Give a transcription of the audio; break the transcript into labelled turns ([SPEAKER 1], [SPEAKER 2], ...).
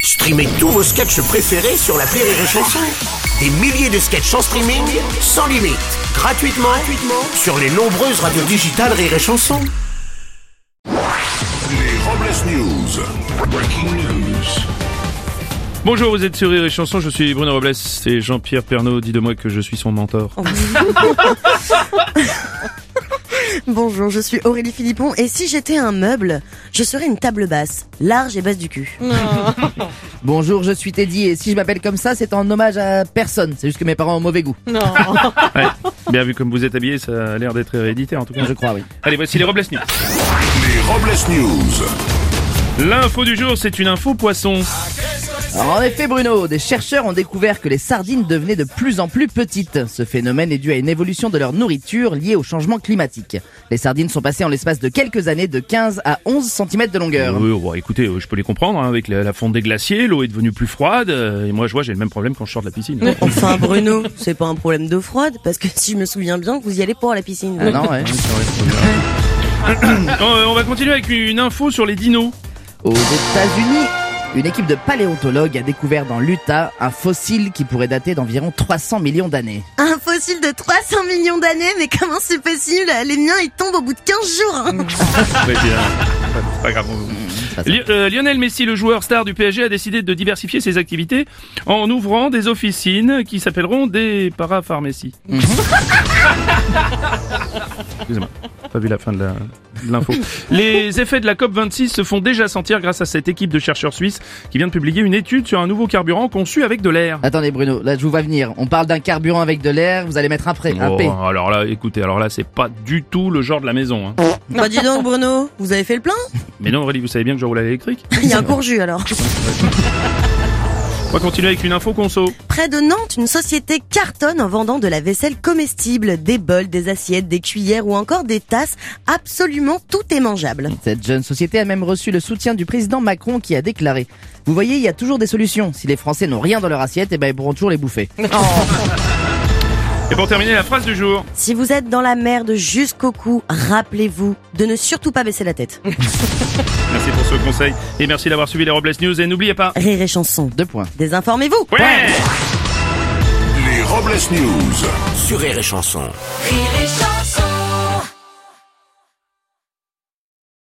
[SPEAKER 1] Streamez tous vos sketchs préférés sur la Rire et Chanson. Des milliers de sketchs en streaming, sans limite, gratuitement, gratuitement sur les nombreuses radios digitales Rire et Chanson.
[SPEAKER 2] Les Robles News. Breaking news.
[SPEAKER 3] Bonjour, vous êtes sur Rire et Chanson, je suis Bruno Robles et Jean-Pierre Pernaud dit de moi que je suis son mentor.
[SPEAKER 4] Bonjour, je suis Aurélie Philippon et si j'étais un meuble, je serais une table basse, large et basse du cul.
[SPEAKER 5] Bonjour, je suis Teddy et si je m'appelle comme ça, c'est en hommage à personne. C'est juste que mes parents ont mauvais goût.
[SPEAKER 3] Ouais, bien vu comme vous êtes habillé, ça a l'air d'être héréditaire en tout cas.
[SPEAKER 5] Je crois, oui.
[SPEAKER 3] Allez, voici les Robles News.
[SPEAKER 2] Les Robles News.
[SPEAKER 3] L'info du jour, c'est une info poisson.
[SPEAKER 5] Alors, en effet, Bruno, des chercheurs ont découvert que les sardines devenaient de plus en plus petites. Ce phénomène est dû à une évolution de leur nourriture liée au changement climatique. Les sardines sont passées en l'espace de quelques années de 15 à 11 cm de longueur.
[SPEAKER 3] Oui, bon, écoutez, euh, je peux les comprendre, hein, avec la, la fonte des glaciers, l'eau est devenue plus froide, euh, et moi je vois, j'ai le même problème quand je sors de la piscine.
[SPEAKER 4] Enfin Bruno, c'est pas un problème d'eau froide parce que si je me souviens bien, vous y allez pour la piscine.
[SPEAKER 5] Ah non, ouais.
[SPEAKER 3] Euh, on va continuer avec une info sur les dinos.
[SPEAKER 5] Aux États-Unis, une équipe de paléontologues a découvert dans l'Utah un fossile qui pourrait dater d'environ 300 millions d'années.
[SPEAKER 4] Un fossile de 300 millions d'années, mais comment c'est possible Les miens, ils tombent au bout de 15 jours. hein.
[SPEAKER 3] Ouais, bien. Pas- pas grave, on-
[SPEAKER 5] ça, ça.
[SPEAKER 3] Li- euh, Lionel Messi, le joueur star du PSG, a décidé de diversifier ses activités en ouvrant des officines qui s'appelleront des parapharmacies. Mhm. Excusez-moi, pas vu la fin de la- de l'info. Les effets de la COP26 se font déjà sentir grâce à cette équipe de chercheurs suisses qui vient de publier une étude sur un nouveau carburant conçu avec de l'air.
[SPEAKER 5] Attendez, Bruno, là, je vous vois venir. On parle d'un carburant avec de l'air, vous allez mettre un, pré, un P.
[SPEAKER 3] Oh, alors là, écoutez, alors là, c'est pas du tout le genre de la maison. hein.
[SPEAKER 4] Bah dis donc Bruno, vous avez fait le plein
[SPEAKER 3] Mais non, Aurélie, vous savez bien que je roule à l'électrique.
[SPEAKER 4] Il y a un court jus alors.
[SPEAKER 3] On va continuer avec une info conso.
[SPEAKER 4] Près de Nantes, une société cartonne en vendant de la vaisselle comestible, des bols, des assiettes, des cuillères ou encore des tasses. Absolument tout est mangeable.
[SPEAKER 5] Cette jeune société a même reçu le soutien du président Macron qui a déclaré Vous voyez, il y a toujours des solutions. Si les Français n'ont rien dans leur assiette, eh ben, ils pourront toujours les bouffer.
[SPEAKER 3] Et pour terminer, la phrase du jour.
[SPEAKER 4] Si vous êtes dans la merde jusqu'au cou, rappelez-vous de ne surtout pas baisser la tête.
[SPEAKER 3] Merci pour ce conseil et merci d'avoir suivi les Robles News et n'oubliez pas.
[SPEAKER 4] Rire et chanson.
[SPEAKER 5] Deux points.
[SPEAKER 4] Désinformez-vous.
[SPEAKER 3] Ouais
[SPEAKER 2] Les Robles News.
[SPEAKER 1] Sur Rire et Chanson.
[SPEAKER 6] Rire et chanson.